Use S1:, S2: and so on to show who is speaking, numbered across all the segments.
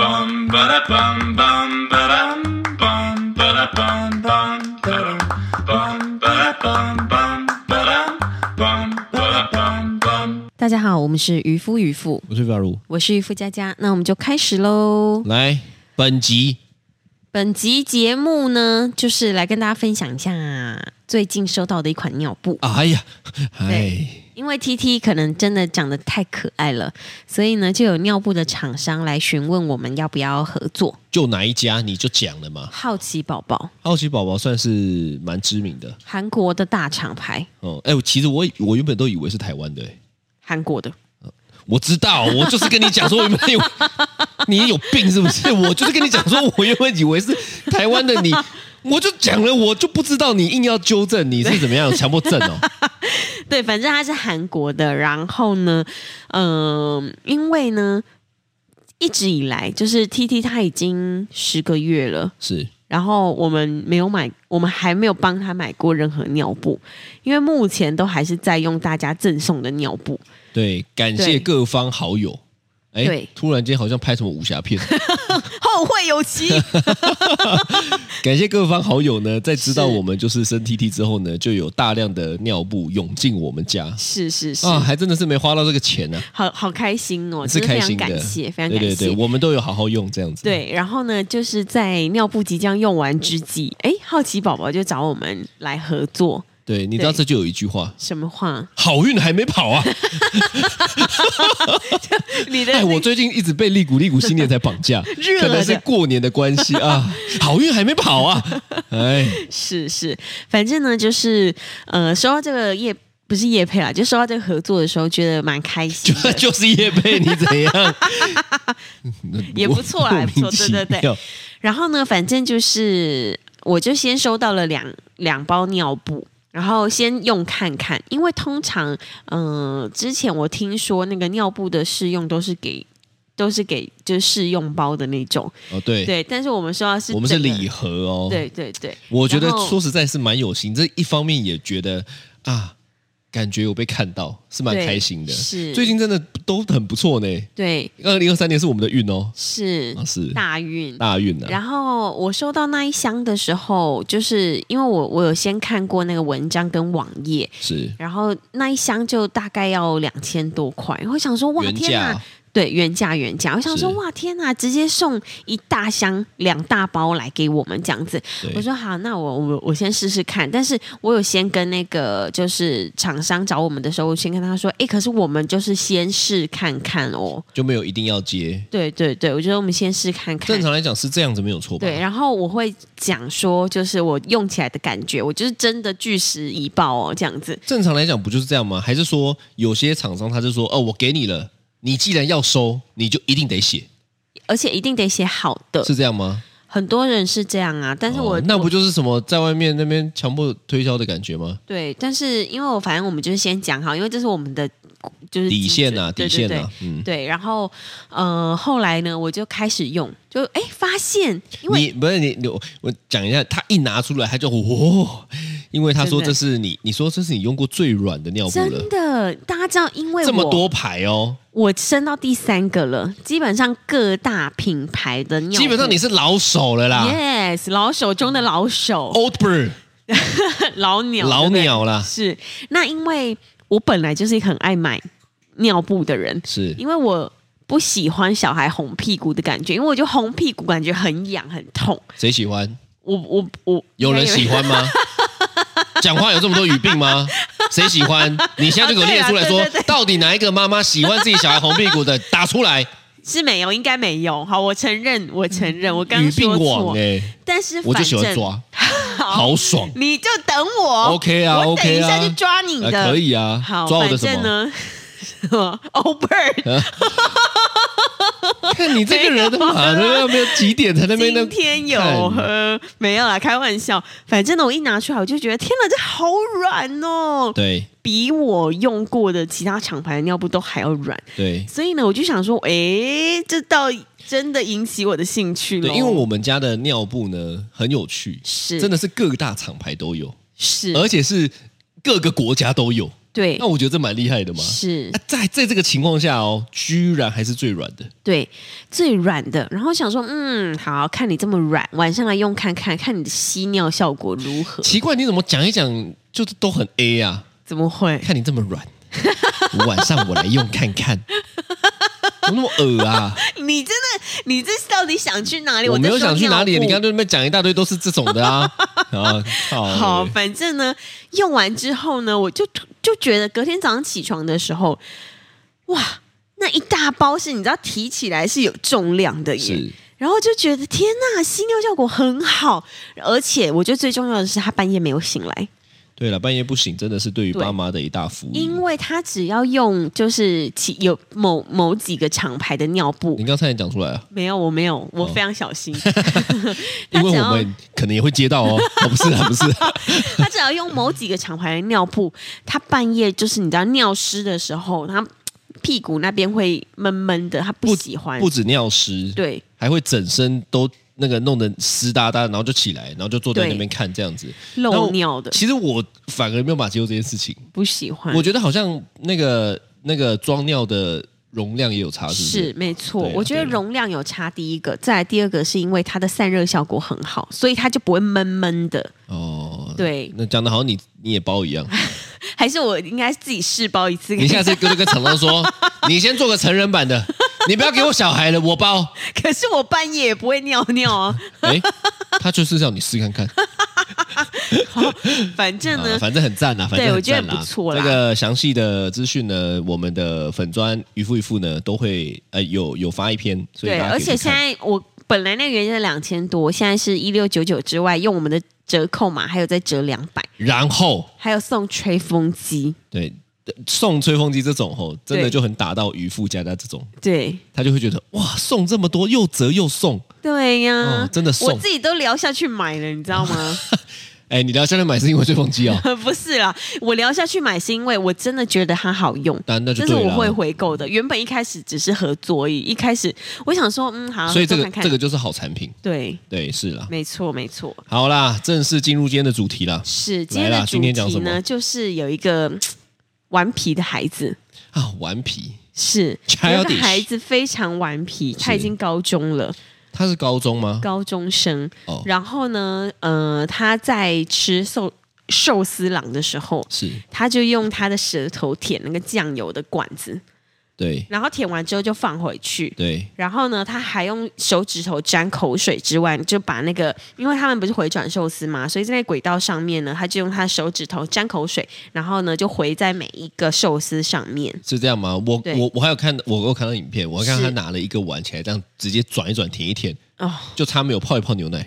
S1: bum ba da bum bum ba dum bum ba da bum bum ba dum bum ba da bum bum ba dum bum ba da bum bum.
S2: 大家好，我们是渔夫渔妇，
S3: 我是 Varu，
S2: 我是渔夫佳佳，那我们就开始喽。
S3: 来本集
S2: 本集节目呢，就是来跟大家分享一下最近收到的一款尿布，
S3: 哎呀，哎，
S2: 因为 T T 可能真的长得太可爱了，所以呢，就有尿布的厂商来询问我们要不要合作。
S3: 就哪一家你就讲了嘛。
S2: 好奇宝宝，
S3: 好奇宝宝算是蛮知名的
S2: 韩国的大厂牌，
S3: 哦。哎、我其实我我原本都以为是台湾的、哎
S2: 韩国的，
S3: 我知道，我就是跟你讲说，我原本 以为你有病是不是？我就是跟你讲说，我原本以为是台湾的 你。我就讲了，我就不知道你硬要纠正，你是怎么样强迫症 哦？
S2: 对，反正它是韩国的。然后呢，嗯、因为呢，一直以来就是 T T 它已经十个月了。
S3: 是
S2: 然后我们没有买，我们还没有帮他买过任何尿布，因为目前都还是在用大家赠送的尿布。
S3: 对，感
S2: 对
S3: 谢各方好友。哎
S2: 对，
S3: 突然间好像拍什么武侠片，
S2: 后会有期，
S3: 感谢各方好友呢，在知道
S2: 是
S3: 我们就是生 TT 之后呢，就有大量的尿布涌进我们家
S2: 是是是，
S3: 啊，还真的是没花到这个钱呢、
S2: 好好开心哦，
S3: 是
S2: 真的
S3: 开
S2: 非常
S3: 心的，
S2: 感谢，非常
S3: 对
S2: 感
S3: 对
S2: 谢。
S3: 对，我们都有好好用这样子，，
S2: 对然后呢，就是在尿布即将用完之际，哎，好奇宝宝就找我们来合作。
S3: 对，你知道
S2: 对
S3: 这就有一句话，
S2: 什么 话？
S3: 好运还没跑 啊！
S2: 你的
S3: 哎，我
S2: 那
S3: 最近一直被利古利古新年才绑架，
S2: 热的
S3: 可能是过年的关系 啊，好运还没跑啊！哎，
S2: 是是，反正呢，就是呃，收到这个业不是业配啦，就收到这个合作的时候，觉得蛮开心
S3: 就
S2: 的。
S3: 就是叶贝，你怎样？
S2: 也不错啦
S3: 莫名
S2: 也不错对对
S3: 其妙，
S2: 然后呢，反正就是我就先收到了两两包尿布。然后先用看看，因为通常，嗯、之前我听说那个尿布的试用都是给，都是给就是试用包的那种，
S3: 哦对，
S2: 对。但是我们收到是
S3: 我们是
S2: 整个
S3: 礼，盒哦，
S2: 对对对，
S3: 我觉得
S2: 然后
S3: 说实在是蛮有心，这一方面也觉得啊，感觉有被看到，是蛮
S2: 对
S3: 开心的。
S2: 是
S3: 最近真的都很不错呢。
S2: 对
S3: 二零二三年是我们的运哦，
S2: 是
S3: 啊是
S2: 大运
S3: 大运啊，
S2: 然后我收到那一箱的时候，就是因为我我有先看过那个文章跟网页，
S3: 是
S2: 然后那一箱就大概要两千多块，我想说哇
S3: 原
S2: 天
S3: 价
S2: 哪，对原价原价，我想说
S3: 是
S2: 哇天哪，直接送一大箱两大包来给我们这样子，
S3: 对
S2: 我说好，那我我我先试试看。但是我有先跟那个就是厂商找我们的时候，我先跟他说，哎，可是我们就是先试看看哦。
S3: 就没有一定要 接。
S2: 对对对，我觉得我们先试看看。
S3: 正常来讲是这样子没有错吧？
S2: 对，然后我会讲说，就是我用起来的感觉，我就是真的据实以报哦，这样子。
S3: 正常来讲不就是这样吗？还是说有些厂商他就说哦，我给你了，你既然要收，你就一定得写，
S2: 而且一定得写好的，
S3: 是这样吗？
S2: 很多人是这样啊。呃但是我、
S3: 哦那
S2: 我
S3: 不就是什么在外面那边强迫推销的感觉吗？
S2: 对，但是因为我反正我们就是先讲好，因为这是我们的就是
S3: 底线啊，
S2: 基准
S3: 底
S2: 对
S3: 线
S2: 对
S3: 啊，嗯
S2: 对。对，然后呃，后来呢，我就开始用，就哎发现，因为
S3: 你不是你，你我我讲一下，他一拿出来他就哦，因为他说
S2: 真的
S3: 这是你，你说这是你用过最软的尿布
S2: 真
S3: 了，
S2: 的哦大家知道，因为
S3: 这么
S2: 我
S3: 多排哦，
S2: 我升到第三个了，基本上各大品牌的尿布，
S3: 基本上你是啊老手了啦
S2: yes 老手中的老手，
S3: ，old bird
S2: 老鸟，
S3: 哦老
S2: 对不对
S3: 鸟啦，
S2: 是。那因为我本来就是一个很爱买尿布的人，
S3: 是
S2: 因为我不喜欢小孩红屁股的感觉，因为我就红屁股感觉很痒很痛。
S3: 谁喜欢？
S2: 我我我
S3: 有人喜
S2: 欢，
S3: 欢吗？ 讲话有这么多语病吗？谁喜欢？你现在就给我列出来说，
S2: 啊对啊对对对
S3: 到底哪一个妈妈喜欢自己小孩红屁股的？打出来，
S2: 是没有，应该没有。好，我承认，我承认，我刚
S3: 语
S2: 刚
S3: 病
S2: 说
S3: 网
S2: 错，
S3: 哎、
S2: 但是
S3: 我
S2: 反
S3: 就喜欢
S2: 正
S3: 抓，好爽。
S2: 你就等我
S3: OK 啊
S2: 我等一
S3: OK 啊
S2: 下就抓你
S3: 啊
S2: 的，
S3: 可以 啊，
S2: 好，
S3: 抓我
S2: 反
S3: 的什
S2: 正
S3: 么？
S2: 呢，o b e r
S3: 看你这个人的嘛，那没有几点才那边那
S2: 今天有喝没有啦？开玩笑，反正呢，我一拿出来我就觉得，天哪，这好软哦，
S3: 对
S2: 比我用过的其他厂牌的尿布都还要软。
S3: 对
S2: 所以呢，我就想说，诶，这倒真的引起我的兴趣了。
S3: 对，因为我们家的尿布呢很有趣，
S2: 是
S3: 真的是各大厂牌都有，
S2: 是
S3: 而且是各个国家都有。
S2: 对
S3: 那，我觉得这蛮厉害的嘛。
S2: 是
S3: 啊，在在这个情况下哦，居然还是最软的，
S2: 对最软的。然后想说，嗯，好看你这么软，晚上来用看看，看你的吸尿效果如何？
S3: 奇怪，你怎么讲一讲就是都很 A 啊？
S2: 怎么 会？
S3: 看你这么软，晚上我来用看看，怎么那么恶 啊？
S2: 你真的，你这到底想去哪里？
S3: 我
S2: 在
S3: 没有
S2: 说
S3: 想去哪里，
S2: 尿布
S3: 你刚刚对面讲一大堆都是这种的 啊啊！
S2: 好，
S3: 好，
S2: 反正呢，用完之后呢，我就就觉得隔天早上起床的时候，哇，那一大包是你知道提起来是有重量的耶。
S3: 是
S2: 然后就觉得天呐，吸尿效果很好，而且我觉得最重要的是他半夜没有醒来，
S3: 对了，半夜不醒真的是对于
S2: 对
S3: 爸妈的一大福音
S2: 因。为他只要用就是其有某某几个厂牌的尿布
S3: 你，刚才也讲出来啊，
S2: 没有，我没有，我
S3: 哦
S2: 非常小心。
S3: 因
S2: 他
S3: 为
S2: 只要
S3: 我们可能也会接 到哦，哦不是啊，不是啊，
S2: 他只要用某几个厂牌的尿布，他半夜就是你知道尿湿的时候，他屁股那边会闷闷的，他不喜欢。
S3: 不止尿湿，
S2: 哎对
S3: 还会整身都那个弄得湿哒哒，然后就起来，然后就坐在那边看这样子。然后
S2: 漏尿的
S3: 其实我反而没有办法接受这件事情，
S2: 不喜欢，
S3: 我觉得好像那个那个装尿的容量也有差，是不
S2: 是
S3: 是？
S2: 没错。
S3: 对啊
S2: 我觉得
S3: 对啊
S2: 容量有差，第一个，再来第二个是因为它的散热效果很好，所以它就不会闷闷的。
S3: 哦，
S2: 对，
S3: 那讲的好像你你也 包一样，
S2: 还是我应该自己试包一次，
S3: 你下次跟那个厂商说， 你先做个成人版的，你不要给我小孩了，我包。
S2: 可是我半夜也不会尿尿啊。
S3: 哎，他就是让你试看看，
S2: 反正呢
S3: 啊，，反正很赞啦，反正
S2: 对
S3: 很
S2: 我觉得
S3: 赞啦
S2: 不错啦
S3: 这个详细的资讯呢，我们的粉砖渔夫渔妇呢都会呃有有发一篇，所以
S2: 对，
S3: 大家可
S2: 而
S3: 以去
S2: 且现
S3: 看
S2: 在我本来那个原价两千多，现在是一六九九之外，用我们的折扣码还有再折两百，
S3: 然后
S2: 还有送吹风机。
S3: 对送吹风机这种吼，真的
S2: 对
S3: 就很打到渔夫家家这种，
S2: 对
S3: 他就会觉得哇送这么多又折又送，
S2: 对呀、
S3: 哦真的送
S2: 我自己都聊下去买了，你知道 吗？
S3: 哎，你聊下来买是因为吹风 机哦，
S2: 不是啦，我聊下去买是因为我真的觉得它好用。
S3: 那那就
S2: 这是
S3: 对
S2: 我
S3: 了
S2: 会。回购的。原本一开始只是合作而已，一开始我想说，嗯，好，
S3: 所以这
S2: 合
S3: 个
S2: 作看看
S3: 这个就是好产品，
S2: 对，
S3: 对，是啦。
S2: 没错，没错。
S3: 好啦，正式进入今天的主题啦。
S2: 是今天的
S3: 啦
S2: 主
S3: 今天讲
S2: 题
S3: 什么
S2: 呢，就是有一个嗯顽皮的孩子，
S3: 啊，顽皮，
S2: 是
S3: Childish
S2: 有一个孩子非常顽皮，他已经高中了，
S3: 他是高中吗？
S2: 高中生。
S3: 哦，
S2: 然后呢，呃，他在吃寿寿司郎的时候，
S3: 是
S2: 他就用他的舌头舔那个酱油的管子，
S3: 对
S2: 然后舔完之后就放回去。
S3: 对
S2: 然后呢，他还用手指头沾口水之外，就把那个，因为他们不是回转寿司嘛，所以在那轨道上面呢，他就用他的手指头沾口水，然后呢就回在每一个寿司上面。
S3: 是这样吗？我
S2: 对
S3: 我我还有看，我我看到影片，我还看到他
S2: 是
S3: 拿了一个碗起来，这样直接转一转，舔一舔，
S2: 哦，
S3: 就差没有泡一泡牛 奶，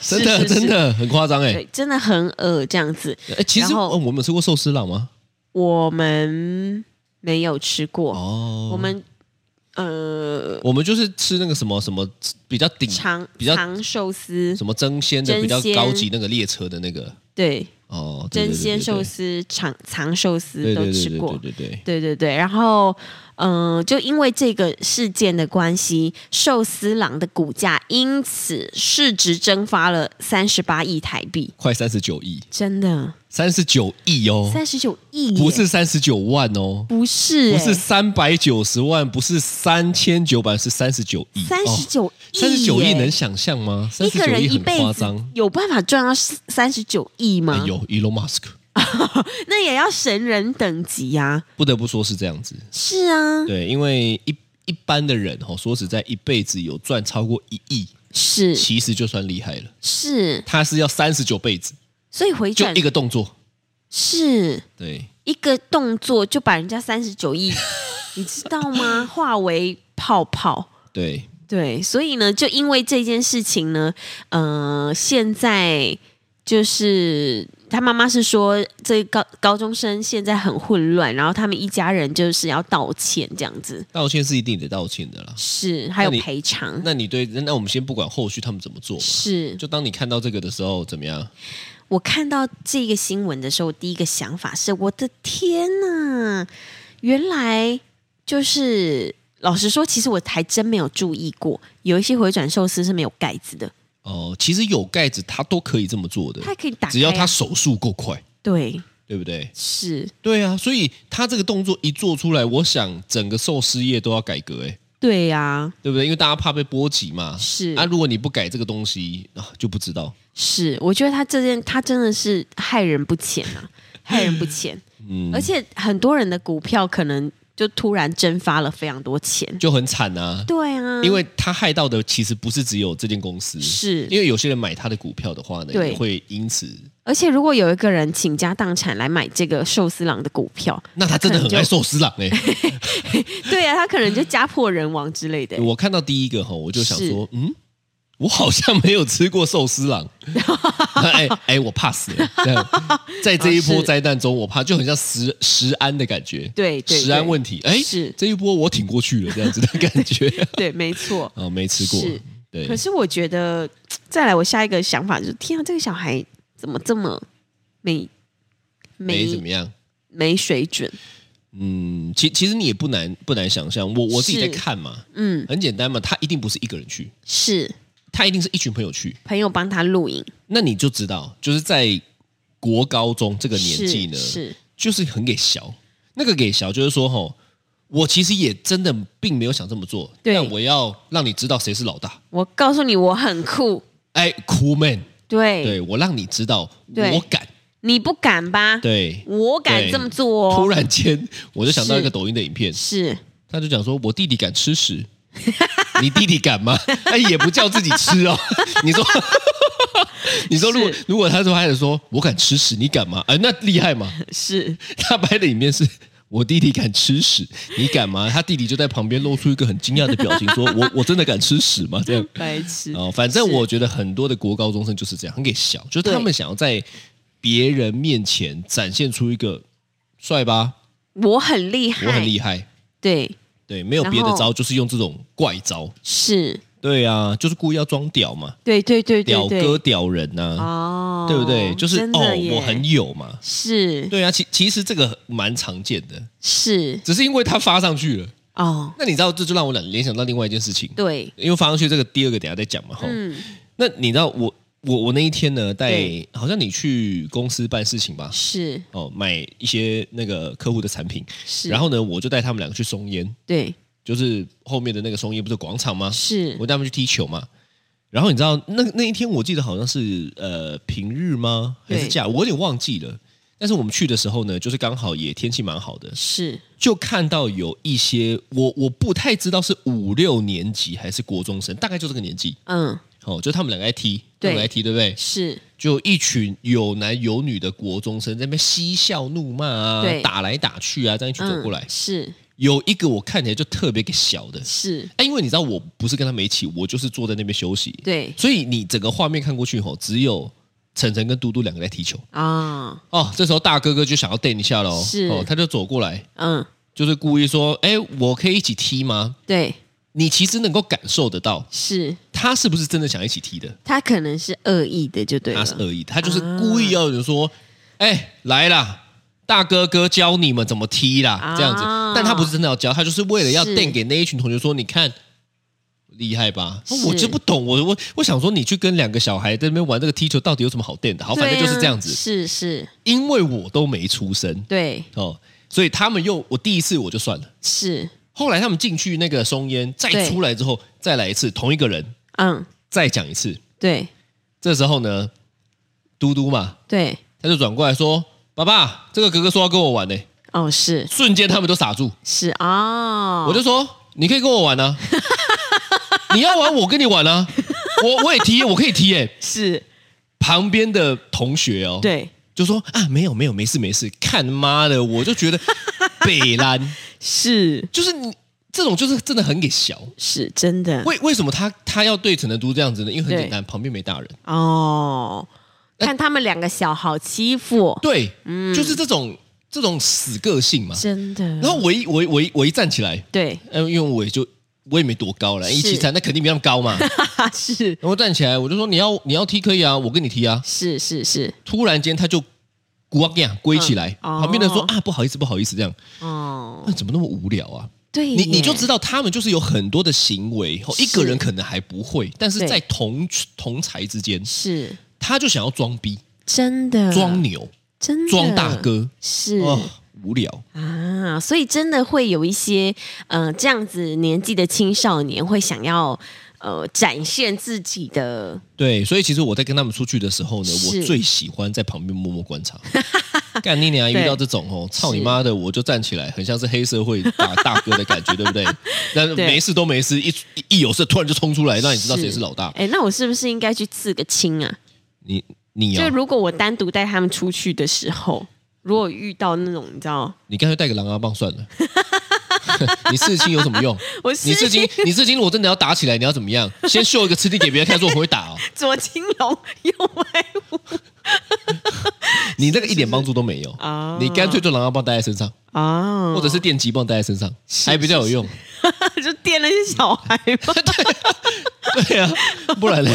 S3: 真的
S2: 是是
S3: 真的很夸张哎、
S2: 对，真的很恶这样子。
S3: 哎、其实、
S2: 然后
S3: 哦、我们有吃过寿司郎吗？
S2: 我们没有吃过，
S3: 哦，
S2: 我们呃
S3: 我们就是吃那个什么什么比较顶
S2: 长
S3: 比较
S2: 长寿司，
S3: 什么蒸鲜的
S2: 蒸
S3: 比较
S2: 鲜
S3: 高级那个列车的那个
S2: 对，
S3: 哦，对
S2: 真鲜寿，司、长长寿司
S3: 对
S2: 都
S3: 对对
S2: 吃
S3: 对对对对
S2: 过
S3: 对。对对对，
S2: 对对对，然后，嗯、就因为这个事件的关系，寿司郎的股价因此市值蒸发了三十八亿台币，
S3: 快三十九亿，
S2: 真的
S3: 三十九亿哦，
S2: 三十九亿耶，
S3: 不是三十九万哦。
S2: 不是
S3: 不
S2: 欸
S3: 是三百九十万，不是三千九百，是三十九亿。哦
S2: 三十九亿耶，
S3: 三十九亿能想象吗？
S2: 一个人
S3: 39亿
S2: 一
S3: 很
S2: 辈
S3: 夸
S2: 子嗯
S3: 张。
S2: 有办法赚到三十九亿吗？
S3: 哎呦，Elon Musk，
S2: 那也要神人等级啊呀、
S3: 不得不说是这样子。
S2: 是啊，
S3: 对，因为一一般的人哦，说实在，一辈子有赚超过一亿，
S2: 是
S3: 其实就算厉害了。
S2: 是，
S3: 他是要三十九辈子，
S2: 所以回
S3: 就
S2: 转
S3: 一个动作。
S2: 是
S3: 对，
S2: 一个动作就把人家三十九 亿，你知道吗？化为泡泡。
S3: 对，
S2: 对，所以呢，就因为这件事情呢，呃，现在就是他妈妈是说，这个高高中生现在很混乱，然后他们一家人就是要道歉这样子，
S3: 道歉是一定得道歉的啦。
S2: 是还有
S3: 那你
S2: 赔偿，
S3: 那你对，那我们先不管后续他们怎么做嘛。
S2: 是
S3: 就当你看到这个的时候，怎么样？
S2: 我看到这个新闻的时候，第一个想法是：我的天呐，原来就是老实说，其实我还真没有注意过，有一些回转寿司是没有盖子的，
S3: 哦、其实有盖子，他都可以这么做的
S2: 它，还可以打开啊、
S3: 只要他手速够快。
S2: 对
S3: 对不对？
S2: 是
S3: 对啊，所以他这个动作一做出来，我想整个寿司业都要改革，哎，
S2: 对呀、
S3: 对不对？因为大家怕被波及嘛。
S2: 是
S3: 啊，如果你不改这个东西，啊、就不知道。
S2: 是，我觉得他这件他真的是害人不浅啊，害人不浅。
S3: 嗯
S2: 而，且很多人的股票可能就突然蒸发了非常多钱。
S3: 就很惨啊。
S2: 对啊，
S3: 因为他害到的其实不是只有这间公司，
S2: 是
S3: 因为有些人买他的股票的话呢，
S2: 对
S3: 也会因此，
S2: 而且如果有一个人倾家荡产来买这个寿司郎的股票，
S3: 那他真的
S2: 可能
S3: 很
S2: 就
S3: 爱寿司郎哎、
S2: 对啊，他可能就家破人亡之类的。
S3: 我看到第一个吼，我就想说，嗯，我好像没有吃过寿 司郎，哎哎，我怕死了。这样，在这一
S2: 啊
S3: 波
S2: 是
S3: 灾难中，我怕就很像食食安的感觉，
S2: 对对，
S3: 食安
S2: 对
S3: 问题，哎，
S2: 是
S3: 这一波我挺过去了，这样子的感觉
S2: 对，没错。
S3: 啊，没吃过
S2: 是，
S3: 对
S2: 可，是我觉得，再来我下一个想法就是，天啊，这个小孩怎么这么没
S3: 没怎
S2: 没
S3: 么样。
S2: 没水准？
S3: 嗯，其其实你也不难不难想象，我我自己在
S2: 是
S3: 看嘛，
S2: 嗯，
S3: 很简单嘛，他一定不是一个人去，
S2: 是
S3: 他一定是一群朋友去，
S2: 朋友帮他录影，
S3: 那你就知道，就是在国高中这个年纪呢，
S2: 是是
S3: 就是很给小。那个给小就是说，吼，我其实也真的并没有想这么做，
S2: 对
S3: 但我要让你知道谁是老大。
S2: 我告诉你，我很酷，
S3: 哎，cool man，
S2: 对
S3: 对我让你知道
S2: 对
S3: 我敢，
S2: 你不敢吧？
S3: 对。
S2: 我敢
S3: 对
S2: 这么做
S3: 突
S2: 哦，
S3: 然间，我就想到一
S2: 是
S3: 个抖音的影片，
S2: 是
S3: 他就讲说：“我弟弟敢吃屎， 你弟弟敢吗？哎，也不叫自己吃哦。 你说，你说，如果
S2: 是
S3: 如果他说还有说我敢吃屎，你敢吗？哎，那厉害吗？
S2: 是
S3: 他拍的影片是我弟弟敢吃屎，你敢吗？他弟弟就在旁边露出一个很惊讶的表情，说：我我真的敢吃屎吗？这样
S2: 白痴，
S3: 哦，反正
S2: 嗯是
S3: 我觉得很多的国高中生就是这样，很给小，就是他
S2: 对
S3: 们想要在别人面前展现出一个帅吧，
S2: 我很厉害，
S3: 我很厉害。”
S2: 对，
S3: 对，没有
S2: 然
S3: 别的
S2: 后
S3: 招，就是用这种怪招。
S2: 是，
S3: 对啊，就是故意要装屌嘛，
S2: 对对对
S3: 屌
S2: 对对，
S3: 哥屌人呐、
S2: 哦，
S3: 对不对？就是
S2: 真
S3: 哦
S2: 的耶，
S3: 我很有嘛。
S2: 是
S3: 对啊，其其实这个蛮常见的，
S2: 是
S3: 只是因为他发上去了。
S2: 哦，
S3: 那你知道，这就让我联联想到另外一件事情，
S2: 对，
S3: 因为发上去这个第二个等一下再讲嘛。哈、
S2: 嗯，
S3: 那你知道我我我那一天呢，带
S2: 对
S3: 好像你去公司办事情吧，
S2: 是
S3: 哦，买一些那个客户的产品，
S2: 是，
S3: 然后呢，我就带他们两个去松烟，
S2: 对
S3: 就是后面的那个松烟不是有广场吗？
S2: 是
S3: 我带他们去踢球嘛。然后你知道那那一天我记得好像是呃平日吗？还是
S2: 对
S3: 假？我有点忘记了。但是我们去的时候呢，就是刚好也天气蛮好的，
S2: 是
S3: 就看到有一些我我不太知道是五六年级还是国中生，大概就这个年纪
S2: 嗯
S3: 哦，就他们两个在踢，他
S2: 对
S3: 们两个在踢，对不对？
S2: 是
S3: 就一群有男有女的国中生在那边嬉笑怒骂啊
S2: 对，
S3: 打来打去啊，这样一群走过来，
S2: 嗯是
S3: 有一个我看起来就特别给小的，
S2: 是，
S3: 哎，因为你知道我不是跟他们一起，我就是坐在那边休息，
S2: 对
S3: 所以你整个画面看过去吼，只有晨晨跟嘟嘟两个在踢球。
S2: 啊，
S3: 哦，这时候大哥哥就想要瞪一下喽，
S2: 是
S3: 哦，他就走过来，
S2: 嗯
S3: 就是故意说：“哎，我可以一起踢吗
S2: 对？”
S3: 你其实能够感受得到，
S2: 是，
S3: 他是不是真的想一起踢的？
S2: 他可能是恶意的，就对了啊
S3: 他是，恶意，他就是故意要有人说：“哎，来啦。”大哥哥教你们怎么踢啦，
S2: 啊
S3: 这样子，但他不是真的要教，他就是为了要
S2: 是
S3: 瞪给那一群同学说，你看厉害吧？哦
S2: 是
S3: 我就不懂，我我我想说，你去跟两个小孩在那边玩这个踢球，到底有什么好瞪的？好，反正
S2: 对
S3: 就是
S2: 啊
S3: 这样子。
S2: 是是，
S3: 因为我都没出声
S2: 对
S3: 哦，所以他们又我第一次我就算了，
S2: 是，
S3: 后来他们进去那个松烟，再
S2: 对
S3: 出来之后再来一次，同一个人
S2: 嗯
S3: 再讲一次。
S2: 对
S3: 这时候呢，嘟嘟嘛，
S2: 对，
S3: 他就转过来说：“爸爸，这个哥哥说要跟我玩呢、
S2: 哦是
S3: 瞬间他们都傻住，
S2: 是哦，
S3: 我就说：“你可以跟我玩 啊，你要玩我跟你玩啊，我我也踢，我可以踢耶、
S2: 是
S3: 旁边的同学哦，
S2: 对
S3: 就说：“啊，没有没有，没事没事，看妈的，我就觉 得北兰。”
S2: 是
S3: 就是你这种就是真的很给小。
S2: 是真的
S3: 为为什么他他要对陈德都这样子呢？因为很简单，旁边没大人。
S2: 哦，
S3: 哎
S2: 看他们两个小好欺负，
S3: 对，
S2: 嗯
S3: 就是这种这种死个性嘛。
S2: 真的，
S3: 然后我一我一我一我一站起来，
S2: 对
S3: 嗯，因为我也就我也没多高了，
S2: 是
S3: 一七三，那肯定没那么高嘛。然
S2: 是
S3: 后站起来，我就说你要你要踢可以啊，我跟你踢啊。
S2: 是是是
S3: 突然间他就。呱呀，归起来！
S2: 嗯哦
S3: 旁边的人说啊，不好意思，不好意思，这样，
S2: 哦
S3: 那、，怎么那么无聊啊？
S2: 对耶，
S3: 你你就知道他们就是有很多的行为，哦
S2: 是
S3: 一个人可能还不会，但是
S2: 对
S3: 在同同才之间，
S2: 是
S3: 他就想要装逼、
S2: 真的
S3: 装牛，
S2: 真的
S3: 装大哥，
S2: 是、
S3: 哦，无聊。
S2: 啊，所以真的会有一些呃这样子年纪的青少年会想要呃展现自己的，
S3: 对，所以其实我在跟他们出去的时候呢，
S2: 是
S3: 我最喜欢在旁边默默观 察。干你娘！遇到这种哦，操你妈的，我就站起来，很像是黑社会大大哥的感 觉，对不对？但是
S2: 对
S3: 没事都没事，一一一有事突然就冲出来，让你知道
S2: 是
S3: 谁是老大。
S2: 哎，那我是不是应该去刺个青啊？
S3: 你你
S2: 就
S3: 啊，
S2: 如果我单独带他们出去的时候，如果遇到那种你知道，
S3: 你干脆带个狼牙啊棒算 了。 你刺青有什么用？
S2: 我
S3: 你
S2: 是
S3: 刺青，你刺青，我真的要打起来，你要怎么样？先秀一个吃力给别人看，说我 会打哦。
S2: 左青龙，右白虎
S3: 你那个一点帮助都没有
S2: 啊
S3: 你干脆就狼牙棒带在身上，
S2: 啊，
S3: 或者是电击棒带在身上，还比较有用。
S2: 就电那些小孩 嘛，
S3: 对啊，不 然嘞，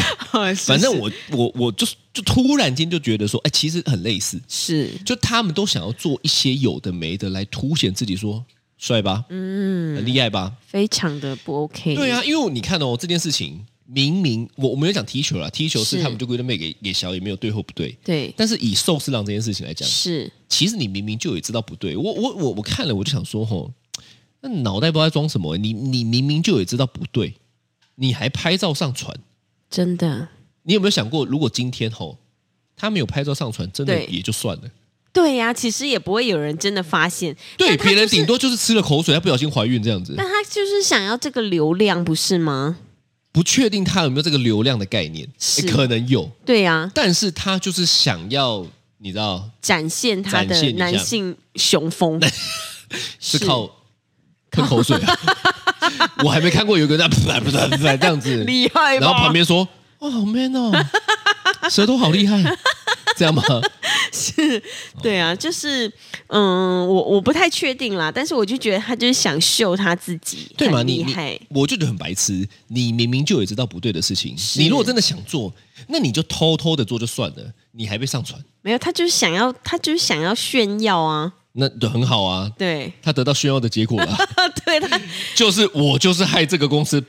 S2: 是
S3: 反正我我我就是就突然间就觉得说，哎，其实很类似，
S2: 是
S3: 就他们都想要做一些有的没的来凸显自己说，帅吧，嗯，很厉害吧，
S2: 非常的不 OK，
S3: 对，啊，因为你看哦，这件事情明明我我没有讲踢球啦，踢球是
S2: 是
S3: 他们就归类妹给给小野没有对或不对，
S2: 对，
S3: 但是以寿司郎这件事情来讲，
S2: 是
S3: 其实你明明就也知道不对，我我我我看了我就想说吼，那脑袋不知道在装什么，你你明明就也知道不对，你还拍照上传。
S2: 真的，
S3: 你有没有想过，如果今天吼他没有拍照上传，真的
S2: 对
S3: 也就算了。
S2: 对呀、其实也不会有人真的发现，
S3: 对，
S2: 但他
S3: 别人
S2: 就是
S3: 顶多就是吃了口水，他不小心怀孕这样子，
S2: 但他就是想要这个流量，不是吗？
S3: 不确定他有没有这个流量的概念，
S2: 是
S3: 诶可能有，
S2: 对呀、
S3: 但是他就是想要，你知道，
S2: 展现他
S3: 展
S2: 的
S3: 现一下
S2: 男性雄 风，
S3: 是靠喷口 水啊。我还没看过有一个人在噗噗噗噗 噗这样子，
S2: 厉害吧？
S3: 然后旁边说：“哇，好 man 哦，舌头好厉害。”这样吗？
S2: 对啊，就是嗯，我我不太确定啦，但是我就觉得他就是想秀他自己，
S3: 对嘛？
S2: 很
S3: 你
S2: 厉
S3: 你
S2: 害，
S3: 我就觉得很白痴。你明明就也知道不对的事情，
S2: 是
S3: 你如果真的想做，那你就偷偷的做就算了，你还被上传，
S2: 没有，他就是想要，他就是想要炫耀啊，
S3: 那就很好啊。
S2: 对，
S3: 他得到炫耀的 结果了，
S2: 对他
S3: 就是我就是害这个公司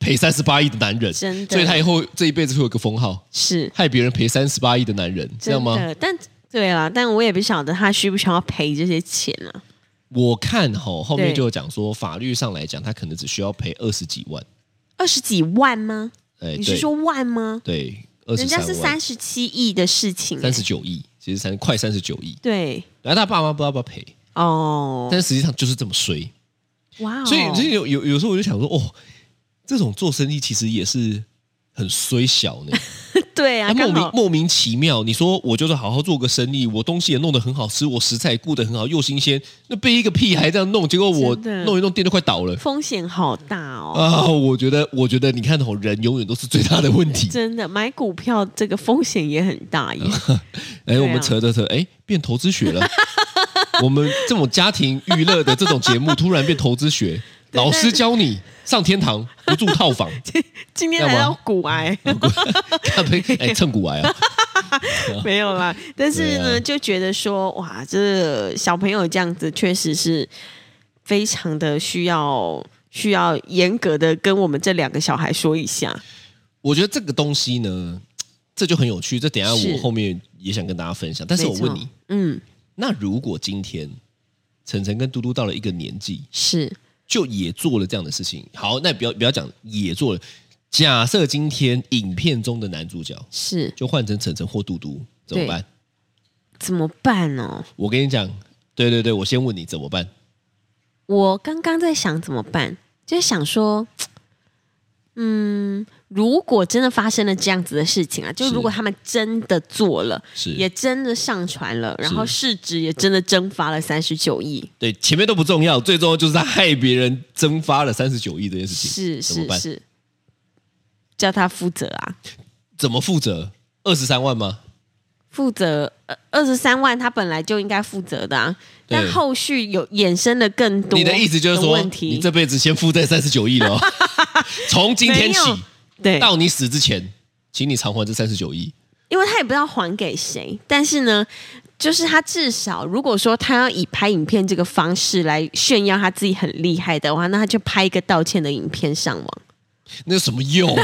S3: 赔三十八亿的男人，
S2: 真的
S3: 所以他以后这一辈子会有个封号，
S2: 是
S3: 害别人赔三十八亿的男人，知道
S2: 真
S3: 吗？
S2: 的，但对啦，但我也不晓得他需不需要赔这些钱啊，
S3: 我看哈、后面
S2: 对
S3: 就有讲说，法律上来讲，他可能只需要赔二十几万，
S2: 二十几万吗？
S3: 哎，
S2: 你是说万吗？
S3: 对，二十
S2: 人家是三
S3: 万，
S2: 十七亿的事情、
S3: 三十九亿，其实三快三十九亿，
S2: 对
S3: 然后他爸妈不知道要不要赔，
S2: 哦，
S3: 但实际上就是这么衰。
S2: 哇哦，
S3: 所以，所以有有有时候我就想说，哦，这种做生意其实也是很衰小 呢，
S2: 对啊，
S3: 他莫
S2: 刚
S3: 名
S2: 好
S3: 莫名其妙。你说我就是好好做个生意，我东西也弄得很好吃，我食材也顾得很好，又新鲜，那被一个屁孩这样弄，结果我
S2: 真的
S3: 弄一弄店就快倒了
S2: 风险好大哦，
S3: 啊！我觉得，我觉得你看哦，人永远都是最大的问题。
S2: 真的买股票这个风险也很大耶，
S3: 哎，
S2: 啊
S3: 我们扯扯扯，哎，变投资学了。我们这种家庭娱乐的这种节目，突然变投资学，
S2: 对
S3: 老师
S2: 但
S3: 教你上天堂不住套房。
S2: 今天来
S3: 要
S2: 到
S3: 吗
S2: 股癌
S3: 咖啡 哎，蹭骨癌啊！
S2: 没有啦，但是
S3: 对
S2: 呢，
S3: 啊
S2: 就觉得说哇，这小朋友这样子确实是非常的需要。需要严格的跟我们这两个小孩说一下，
S3: 我觉得这个东西呢，这就很有趣。这等一下
S2: 是
S3: 我后面也想跟大家分享。但是我
S2: 没错
S3: 问你，，
S2: 嗯，
S3: 那如果今天晨晨跟嘟嘟到了一个年纪，
S2: 是
S3: 就也做了这样的事情，好，那不要不要讲也做了。假设今天影片中的男主角
S2: 是，
S3: 就换成晨晨或嘟嘟，怎么办？
S2: 怎么办哦？
S3: 我跟你讲，对对对，我先问你怎么办？
S2: 我刚刚在想怎么办，就是想说，嗯，如果真的发生了这样子的事情啊，就是如果他们真的做了，
S3: 是
S2: 也真的上传了，然后市值也真的蒸发了三十九亿，
S3: 对，前面都不重要，最重要就是他害别人蒸发了三十九亿这件事情，
S2: 是
S3: 怎么
S2: 是
S3: 办？
S2: 是，叫他负责啊，
S3: 怎么负责？二十三万吗？
S2: 负责呃二十三万，他本来就应该负责的、啊，
S3: 对
S2: 但后续有衍生的更多。
S3: 你的意思就是说
S2: 问，题
S3: 你这辈子先负债三十九亿 了哦、从今天起
S2: 没有对
S3: 到你死之前，请你偿还这三十九亿。
S2: 因为他也不知道还给谁，但是呢，就是他至少如果说他要以拍影片这个方式来炫耀他自己很厉害的话，那他就拍一个道歉的影片上网。
S3: 那有什么 用？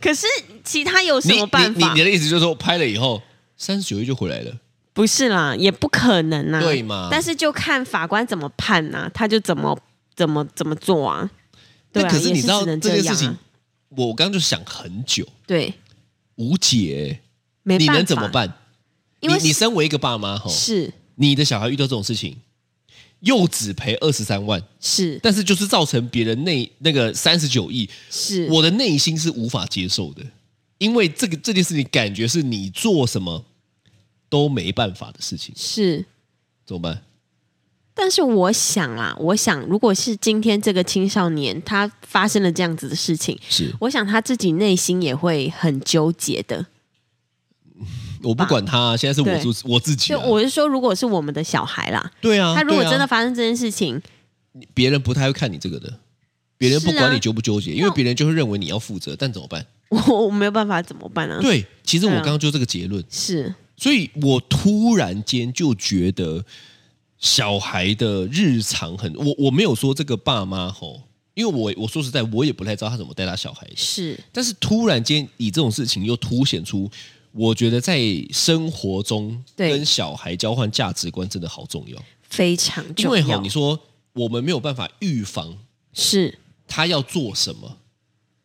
S2: 可是其他有
S3: 你
S2: 什
S3: 你
S2: 么办
S3: 你
S2: 法
S3: 你？的意思就是说，拍了以后三十九亿就回来了，
S2: 不是啦，也不可能啊呐、
S3: 对嘛
S2: 但是就看法官怎么判呐、他就怎么怎么怎么做啊？对
S3: 那
S2: 啊，
S3: 可是
S2: 也
S3: 你
S2: 是
S3: 知道
S2: 只能
S3: 这件
S2: 样
S3: 事
S2: 啊
S3: 情，我刚刚就想很久，
S2: 对，
S3: 无解，欸
S2: 没
S3: 你
S2: 办法，
S3: 能怎么？办？
S2: 因为
S3: 你你身为一个爸妈吼，
S2: 是
S3: 你的小孩遇到这种事情，又只赔二十三万，
S2: 是
S3: 但是就是造成别人内那个三十九亿，
S2: 是，
S3: 我的内心是无法接受的，因为这个这件事情感觉是你做什么都没办法的事情，
S2: 是。
S3: 怎么办？
S2: 但是我想啦，我想如果是今天这个青少年他发生了这样子的事情，
S3: 是
S2: 我想他自己内心也会很纠结的。
S3: 我不管他、现在是我
S2: 对
S3: 自我自己、
S2: 就
S3: 啊，
S2: 我是说，如果是我们的小孩啦，
S3: 对啊，
S2: 他如果
S3: 对啊
S2: 真的发生这件事情，
S3: 别人不太会看你这个的，别人不
S2: 是
S3: 管
S2: 啊
S3: 你纠不纠结，因为别人就会认为你要负责，但怎么办？
S2: 我我没有办法怎么办啊？
S3: 对，其实我
S2: 对啊
S3: 刚刚就这个结论，
S2: 是
S3: 所以我突然间就觉得小孩的日常很，我我没有说这个爸妈吼，因为我我说实在，我也不太知道他怎么带他小孩，
S2: 是
S3: 但是突然间以这种事情又凸显出。我觉得在生活中
S2: 对
S3: 跟小孩交换价值观真的好重要，
S2: 非常
S3: 因
S2: 重
S3: 为
S2: 要。
S3: 吼，你说我们没有办法预防
S2: 是
S3: 他要做什么，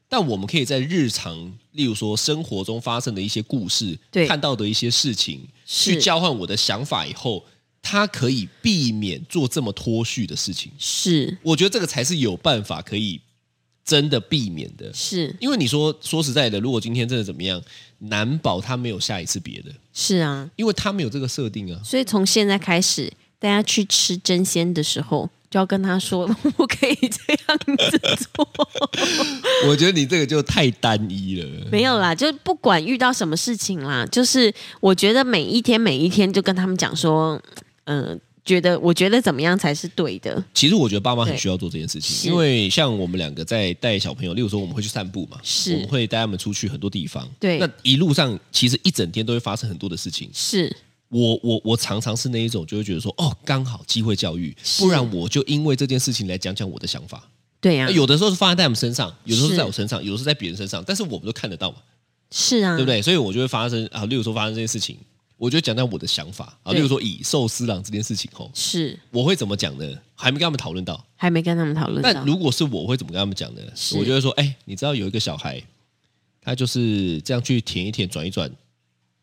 S3: 但我们可以在日常，例如说生活中发生的一些故事，
S2: 对
S3: 看到的一些事情，
S2: 是
S3: 去交换我的想法以后，他可以避免做这么脱序的事情。
S2: 是
S3: 我觉得这个才是有办法可以真的避免的，
S2: 是
S3: 因为你说说实在的，如果今天真的怎么样，难保他没有下一次别的，
S2: 是啊，
S3: 因为他没有这个设定啊。
S2: 所以从现在开始，大家去吃真鲜的时候，就要跟他说 不可以这样子做。
S3: 我觉得你这个就太单一了。
S2: 没有啦，就不管遇到什么事情啦，就是我觉得每一天每一天就跟他们讲说，嗯、觉得我觉得怎么样才是对的，
S3: 其实我觉得爸妈很
S2: 对
S3: 需要做这件事
S2: 是
S3: 情，因为像我们两个在带小朋友，例如说我们会去散步嘛，
S2: 是
S3: 我们会带他们出去很多地方，
S2: 对
S3: 那一路上其实一整天都会发生很多的事情。
S2: 是
S3: 我我我常常是那一种就会觉得说，哦，刚好机会教育，
S2: 是
S3: 不然我就因为这件事情来讲讲我的想法。
S2: 对呀、
S3: 那有的时候是发生在我们身上，有的时候是
S2: 是
S3: 在我身上，有的时候在别人身上，但是我们都看得到嘛，
S2: 是啊，
S3: 对不对？所以我就会发生啊，例如说发生这件事情，我就讲讲我的想法啊，
S2: 对
S3: 例如说以寿司郎这件事情吼，
S2: 是
S3: 我会怎么讲呢？还没跟他们讨论到。
S2: 还没跟他们讨论
S3: 但
S2: 到，
S3: 如果是我会怎么跟他们讲呢？
S2: 是
S3: 我就会说，哎、你知道有一个小孩，他就是这样去舔一舔、转一转，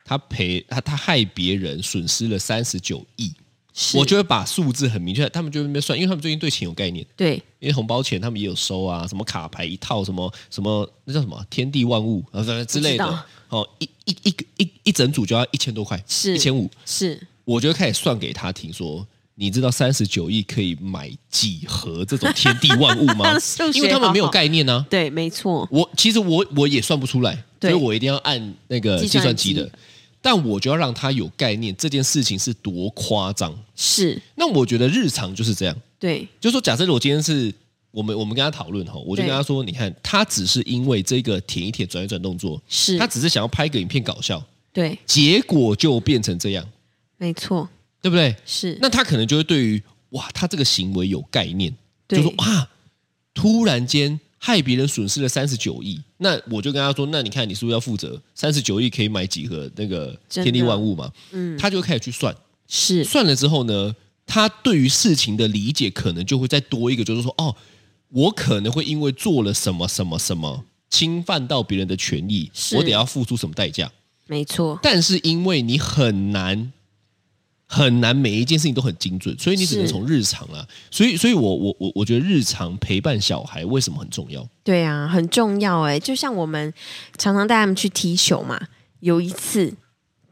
S3: 他赔他他害别人损失了三十九亿，
S2: 是
S3: 我就会把数字很明确，他们就在那边算，因为他们最近对钱有概念，
S2: 对
S3: 因为红包钱他们也有收啊，什么卡牌一套，什么什么那叫什么天地万物啊之
S2: 不
S3: 类
S2: 知道
S3: 的，哦，一一一个一一整组就要一千多块，
S2: 是
S3: 一千五，
S2: 是？
S3: 我就会开始算给他听说。你知道三十九亿可以买几盒这种天地万物 吗
S2: 数学
S3: 因为他们没有
S2: 好好
S3: 概念啊。
S2: 对，没错，
S3: 我其实我我也算不出来，所
S2: 对
S3: 以我一定要按那个
S2: 计
S3: 计
S2: 算
S3: 算
S2: 机
S3: 机的。但我就要让他有概念，这件事情是多夸张。
S2: 是
S3: 那我觉得日常就是这样，
S2: 对
S3: 就说假设我今天是我们我们跟他讨论哈，我就跟他说，你看他只是因为这个舔一舔转一转动作，
S2: 是
S3: 他只是想要拍个影片搞笑，
S2: 对，
S3: 结果就变成这样，
S2: 没错
S3: 对不对？
S2: 是
S3: 那他可能就会对于哇，他这个行为有概念，
S2: 对
S3: 就说啊，突然间害别人损失了三十九亿，那我就跟他说，那你看你是不是要负责？三十九亿可以买几盒那个
S2: 真的
S3: 天地万物嘛？嗯，他就会开始去算，
S2: 是
S3: 算了之后呢，他对于事情的理解可能就会再多一个，就是说哦，我可能会因为做了什么什么什么。侵犯到别人的权益，
S2: 是
S3: 我得要付出什么代价？
S2: 没错
S3: 但是因为你很难很难每一件事情都很精准，所以你只能
S2: 是
S3: 从日常啊。所以，所以我我我我觉得日常陪伴小孩为什么很重要？
S2: 对啊，很重要哎、就像我们常常带他们去踢球嘛，有一次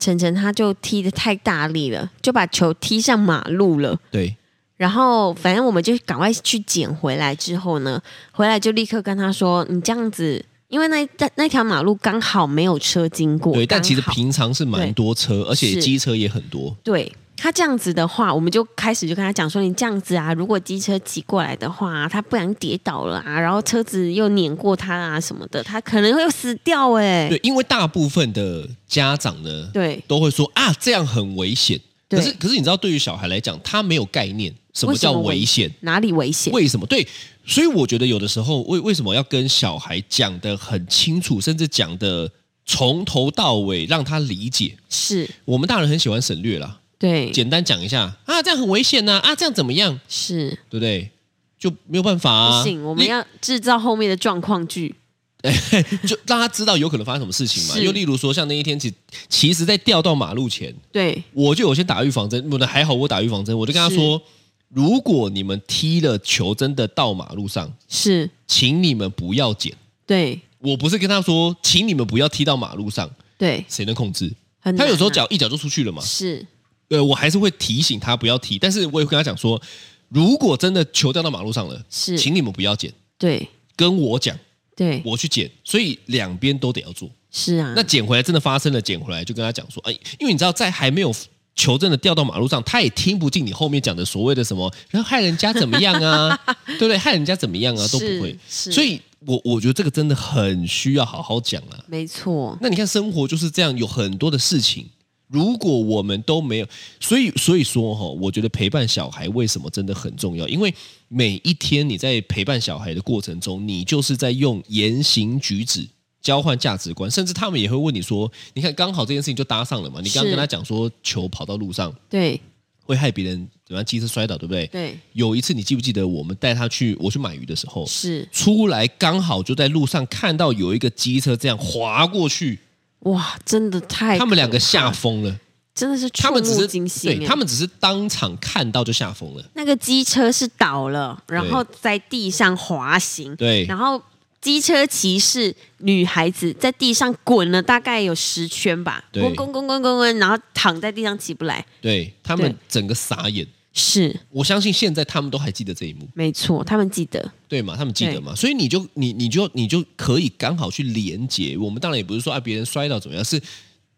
S2: 晨晨他就踢的太大力了，就把球踢上马路了。
S3: 对，
S2: 然后反正我们就赶快去捡回来之后呢，回来就立刻跟他说：“你这样子，因为那那那条马路刚好没有车经过，
S3: 对，但
S2: 刚
S3: 其实
S2: 好
S3: 平常是蛮多车，而且
S2: 是
S3: 机车也很多。
S2: 对他这样子的话，我们就开始就跟他讲说，你这样子啊，如果机车骑过来的话、他不然跌倒了啊，然后车子又碾过他啊什么的，他可能会死掉哎、
S3: 对，因为大部分的家长呢，
S2: 对，
S3: 都会说啊，这样很危险。
S2: 对
S3: 可是，可是你知道，对于小孩来讲，他没有概念什么
S2: 为什么
S3: 叫
S2: 危
S3: 危险，
S2: 哪里危险？
S3: 为什么？对，所以我觉得有的时候为为什么要跟小孩讲的很清楚，甚至讲的从头到尾让他理解。
S2: 是
S3: 我们大人很喜欢省略啦，
S2: 对，
S3: 简单讲一下啊，这样很危险呐、啊，这样怎么样，
S2: 是
S3: 对不对？就没有办法
S2: 不
S3: 啊，
S2: 行，我们
S3: 你
S2: 要制造后面的状况剧。
S3: 就让他知道有可能发生什么事情嘛。
S2: 是
S3: 又例如说，像那一天其其实，在掉到马路前，
S2: 对，
S3: 我就有先打预防针，我的还好，我打预防针，我就跟他说，如果你们踢了球真的到马路上，
S2: 是，
S3: 请你们不要捡。
S2: 对，
S3: 我不是跟他说，请你们不要踢到马路上，
S2: 对，
S3: 谁能控制？
S2: 很
S3: 他有时候
S2: 难啊
S3: 脚一脚就出去了嘛。
S2: 是
S3: 呃，我还是会提醒他不要踢，但是我也会跟他讲说，如果真的球掉到马路上了，
S2: 是
S3: 请你们不要捡，
S2: 对
S3: 跟我讲，
S2: 对
S3: 我去捡。所以两边都得要做。
S2: 是啊，
S3: 那捡回来真的发生了，捡回来就跟他讲说，哎，因为你知道，在还没有球真的掉到马路上，他也听不进你后面讲的所谓的什么，然后害人家怎么样啊， 对不对？害人家怎么样啊，都不
S2: 是
S3: 会。
S2: 是
S3: 所以我我觉得这个真的很需要好好讲啊。
S2: 没错，
S3: 那你看，生活就是这样，有很多的事情。如果我们都没有，所以所以说哈、我觉得陪伴小孩为什么真的很重要？因为每一天你在陪伴小孩的过程中，你就是在用言行举止交换价值观，甚至他们也会问你说：“你看，刚好这件事情就搭上了嘛。”你刚刚
S2: 是
S3: 跟他讲说球跑到路上
S2: 对
S3: 会害别人怎么样机车摔倒，对不对？
S2: 对
S3: 有一次你记不记得我们带他去我去买鱼的时候，
S2: 是
S3: 出来刚好就在路上看到有一个机车这样划过去，
S2: 哇，真的太
S3: 他们两
S2: 可
S3: 个吓疯了。
S2: 真的是触
S3: 他们只
S2: 目
S3: 是
S2: 惊心
S3: 对
S2: 欸，
S3: 他们只是当场看到就吓疯了。
S2: 那个机车是倒了，然后在地上滑行，
S3: 对
S2: 然后机车骑士女孩子在地上滚了大概有十圈吧，
S3: 对
S2: 滚滚滚滚滚滚，然后躺在地上起不来，
S3: 对他们
S2: 对
S3: 整个傻眼。
S2: 是
S3: 我相信现在他们都还记得这一幕，
S2: 没错，他们记得
S3: 对嘛？他们记得嘛？所以你就你你就你就可以刚好去连接。我们当然也不是说啊别人摔倒怎么样，是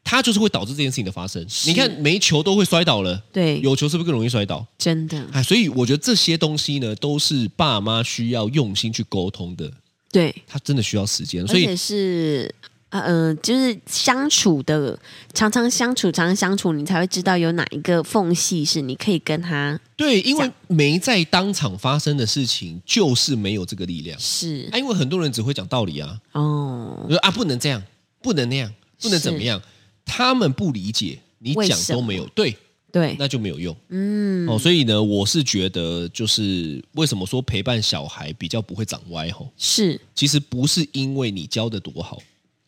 S3: 他就是会导致这件事情的发生。你看没球都会摔倒了，
S2: 对，
S3: 有球是不是更容易摔倒？
S2: 真的
S3: 哎，所以我觉得这些东西呢，都是爸妈需要用心去沟通的。
S2: 对，
S3: 他真的需要时间，
S2: 而
S3: 所以
S2: 且是。呃呃，就是相处的，常常相处，常常相处，你才会知道有哪一个缝隙是你可以跟他
S3: 对，因
S2: 这
S3: 为
S2: 样
S3: 没在当场发生的事情，就是没有这个力量。
S2: 是
S3: 啊，因为很多人只会讲道理啊，
S2: 哦，
S3: 说啊不能这样，不能那样，不能怎么样，他们不理解，你
S2: 为
S3: 讲
S2: 什
S3: 都没有，对，
S2: 对，
S3: 那就没有用。嗯，哦，所以呢，我是觉得就是为什么说陪伴小孩比较不会长歪吼，
S2: 是
S3: 其实不是因为你教的多好，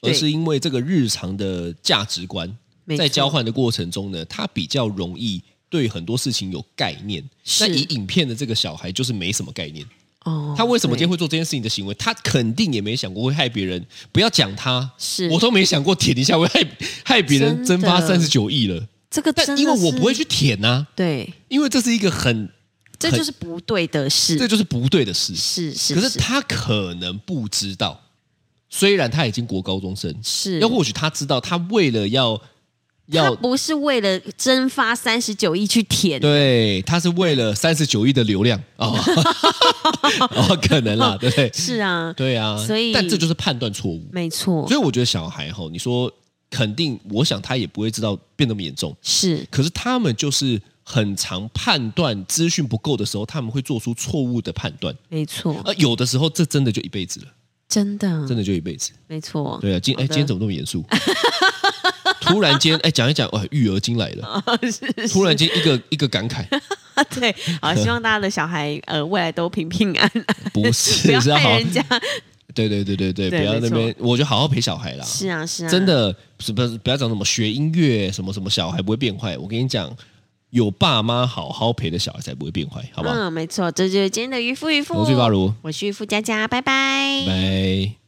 S3: 而
S2: 对
S3: 是因为这个日常的价值观
S2: 没
S3: 在
S2: 错
S3: 交换的过程中呢，他比较容易对很多事情有概念。
S2: 是
S3: 那以影片的这个小孩就是没什么概念，
S2: 哦，
S3: 他为什么
S2: 对
S3: 今天会做这件事情的行为？他肯定也没想过会害别人。不要讲他，
S2: 是
S3: 我都没想过舔一下会害害别人蒸
S2: 真的
S3: 发三十九亿了。
S2: 这个真
S3: 但
S2: 的
S3: 因为我不会
S2: 是
S3: 去舔呐、
S2: 对，
S3: 因为这是一个很
S2: 这
S3: 很
S2: 就是不对的事，
S3: 这就是不对的事。
S2: 是是
S3: 可是他可能不知道，虽然他已经国高中生，
S2: 是
S3: 要或许他知道，他为了要要
S2: 他不是为了蒸发三十九亿去舔，
S3: 对，他是为了三十九亿的流量 哦，哦，可能啦，对不对？
S2: 是啊，
S3: 对啊，
S2: 所以
S3: 但这就是判断错误。
S2: 没错
S3: 所，以我觉得小孩吼，你说肯定，我想他也不会知道变那么严重，
S2: 是
S3: 可是他们就是很常判断资讯不够的时候，他们会做出错误的判断，
S2: 没错，
S3: 而有的时候这真的就一辈子了，
S2: 真的，
S3: 真的就一辈子。
S2: 没错，
S3: 对啊，今
S2: 嗯
S3: 哎
S2: 好的
S3: 今天怎么那么严肃？突然间哎讲一讲，哇，育儿经来了，
S2: 是
S3: 突然间一个 一个感慨，
S2: 对，好，希望大家的小孩呃未来都平平安安，
S3: 不
S2: 不
S3: 是
S2: 要
S3: 是要好
S2: 害
S3: 好
S2: 人家，
S3: 对对对对对，
S2: 对
S3: 不要
S2: 没
S3: 那边，我就好好陪小孩啦。
S2: 是啊是啊，
S3: 真的，是不是不要讲什么学音乐什么什么，小孩不会变坏。我跟你讲，有爸妈好好陪的小孩才不会变
S2: 嗯
S3: 坏，好不好？
S2: 嗯，没错，这就是今天的渔夫渔夫，
S3: 我是巴如，
S2: 我是渔夫佳佳，拜拜
S3: 拜。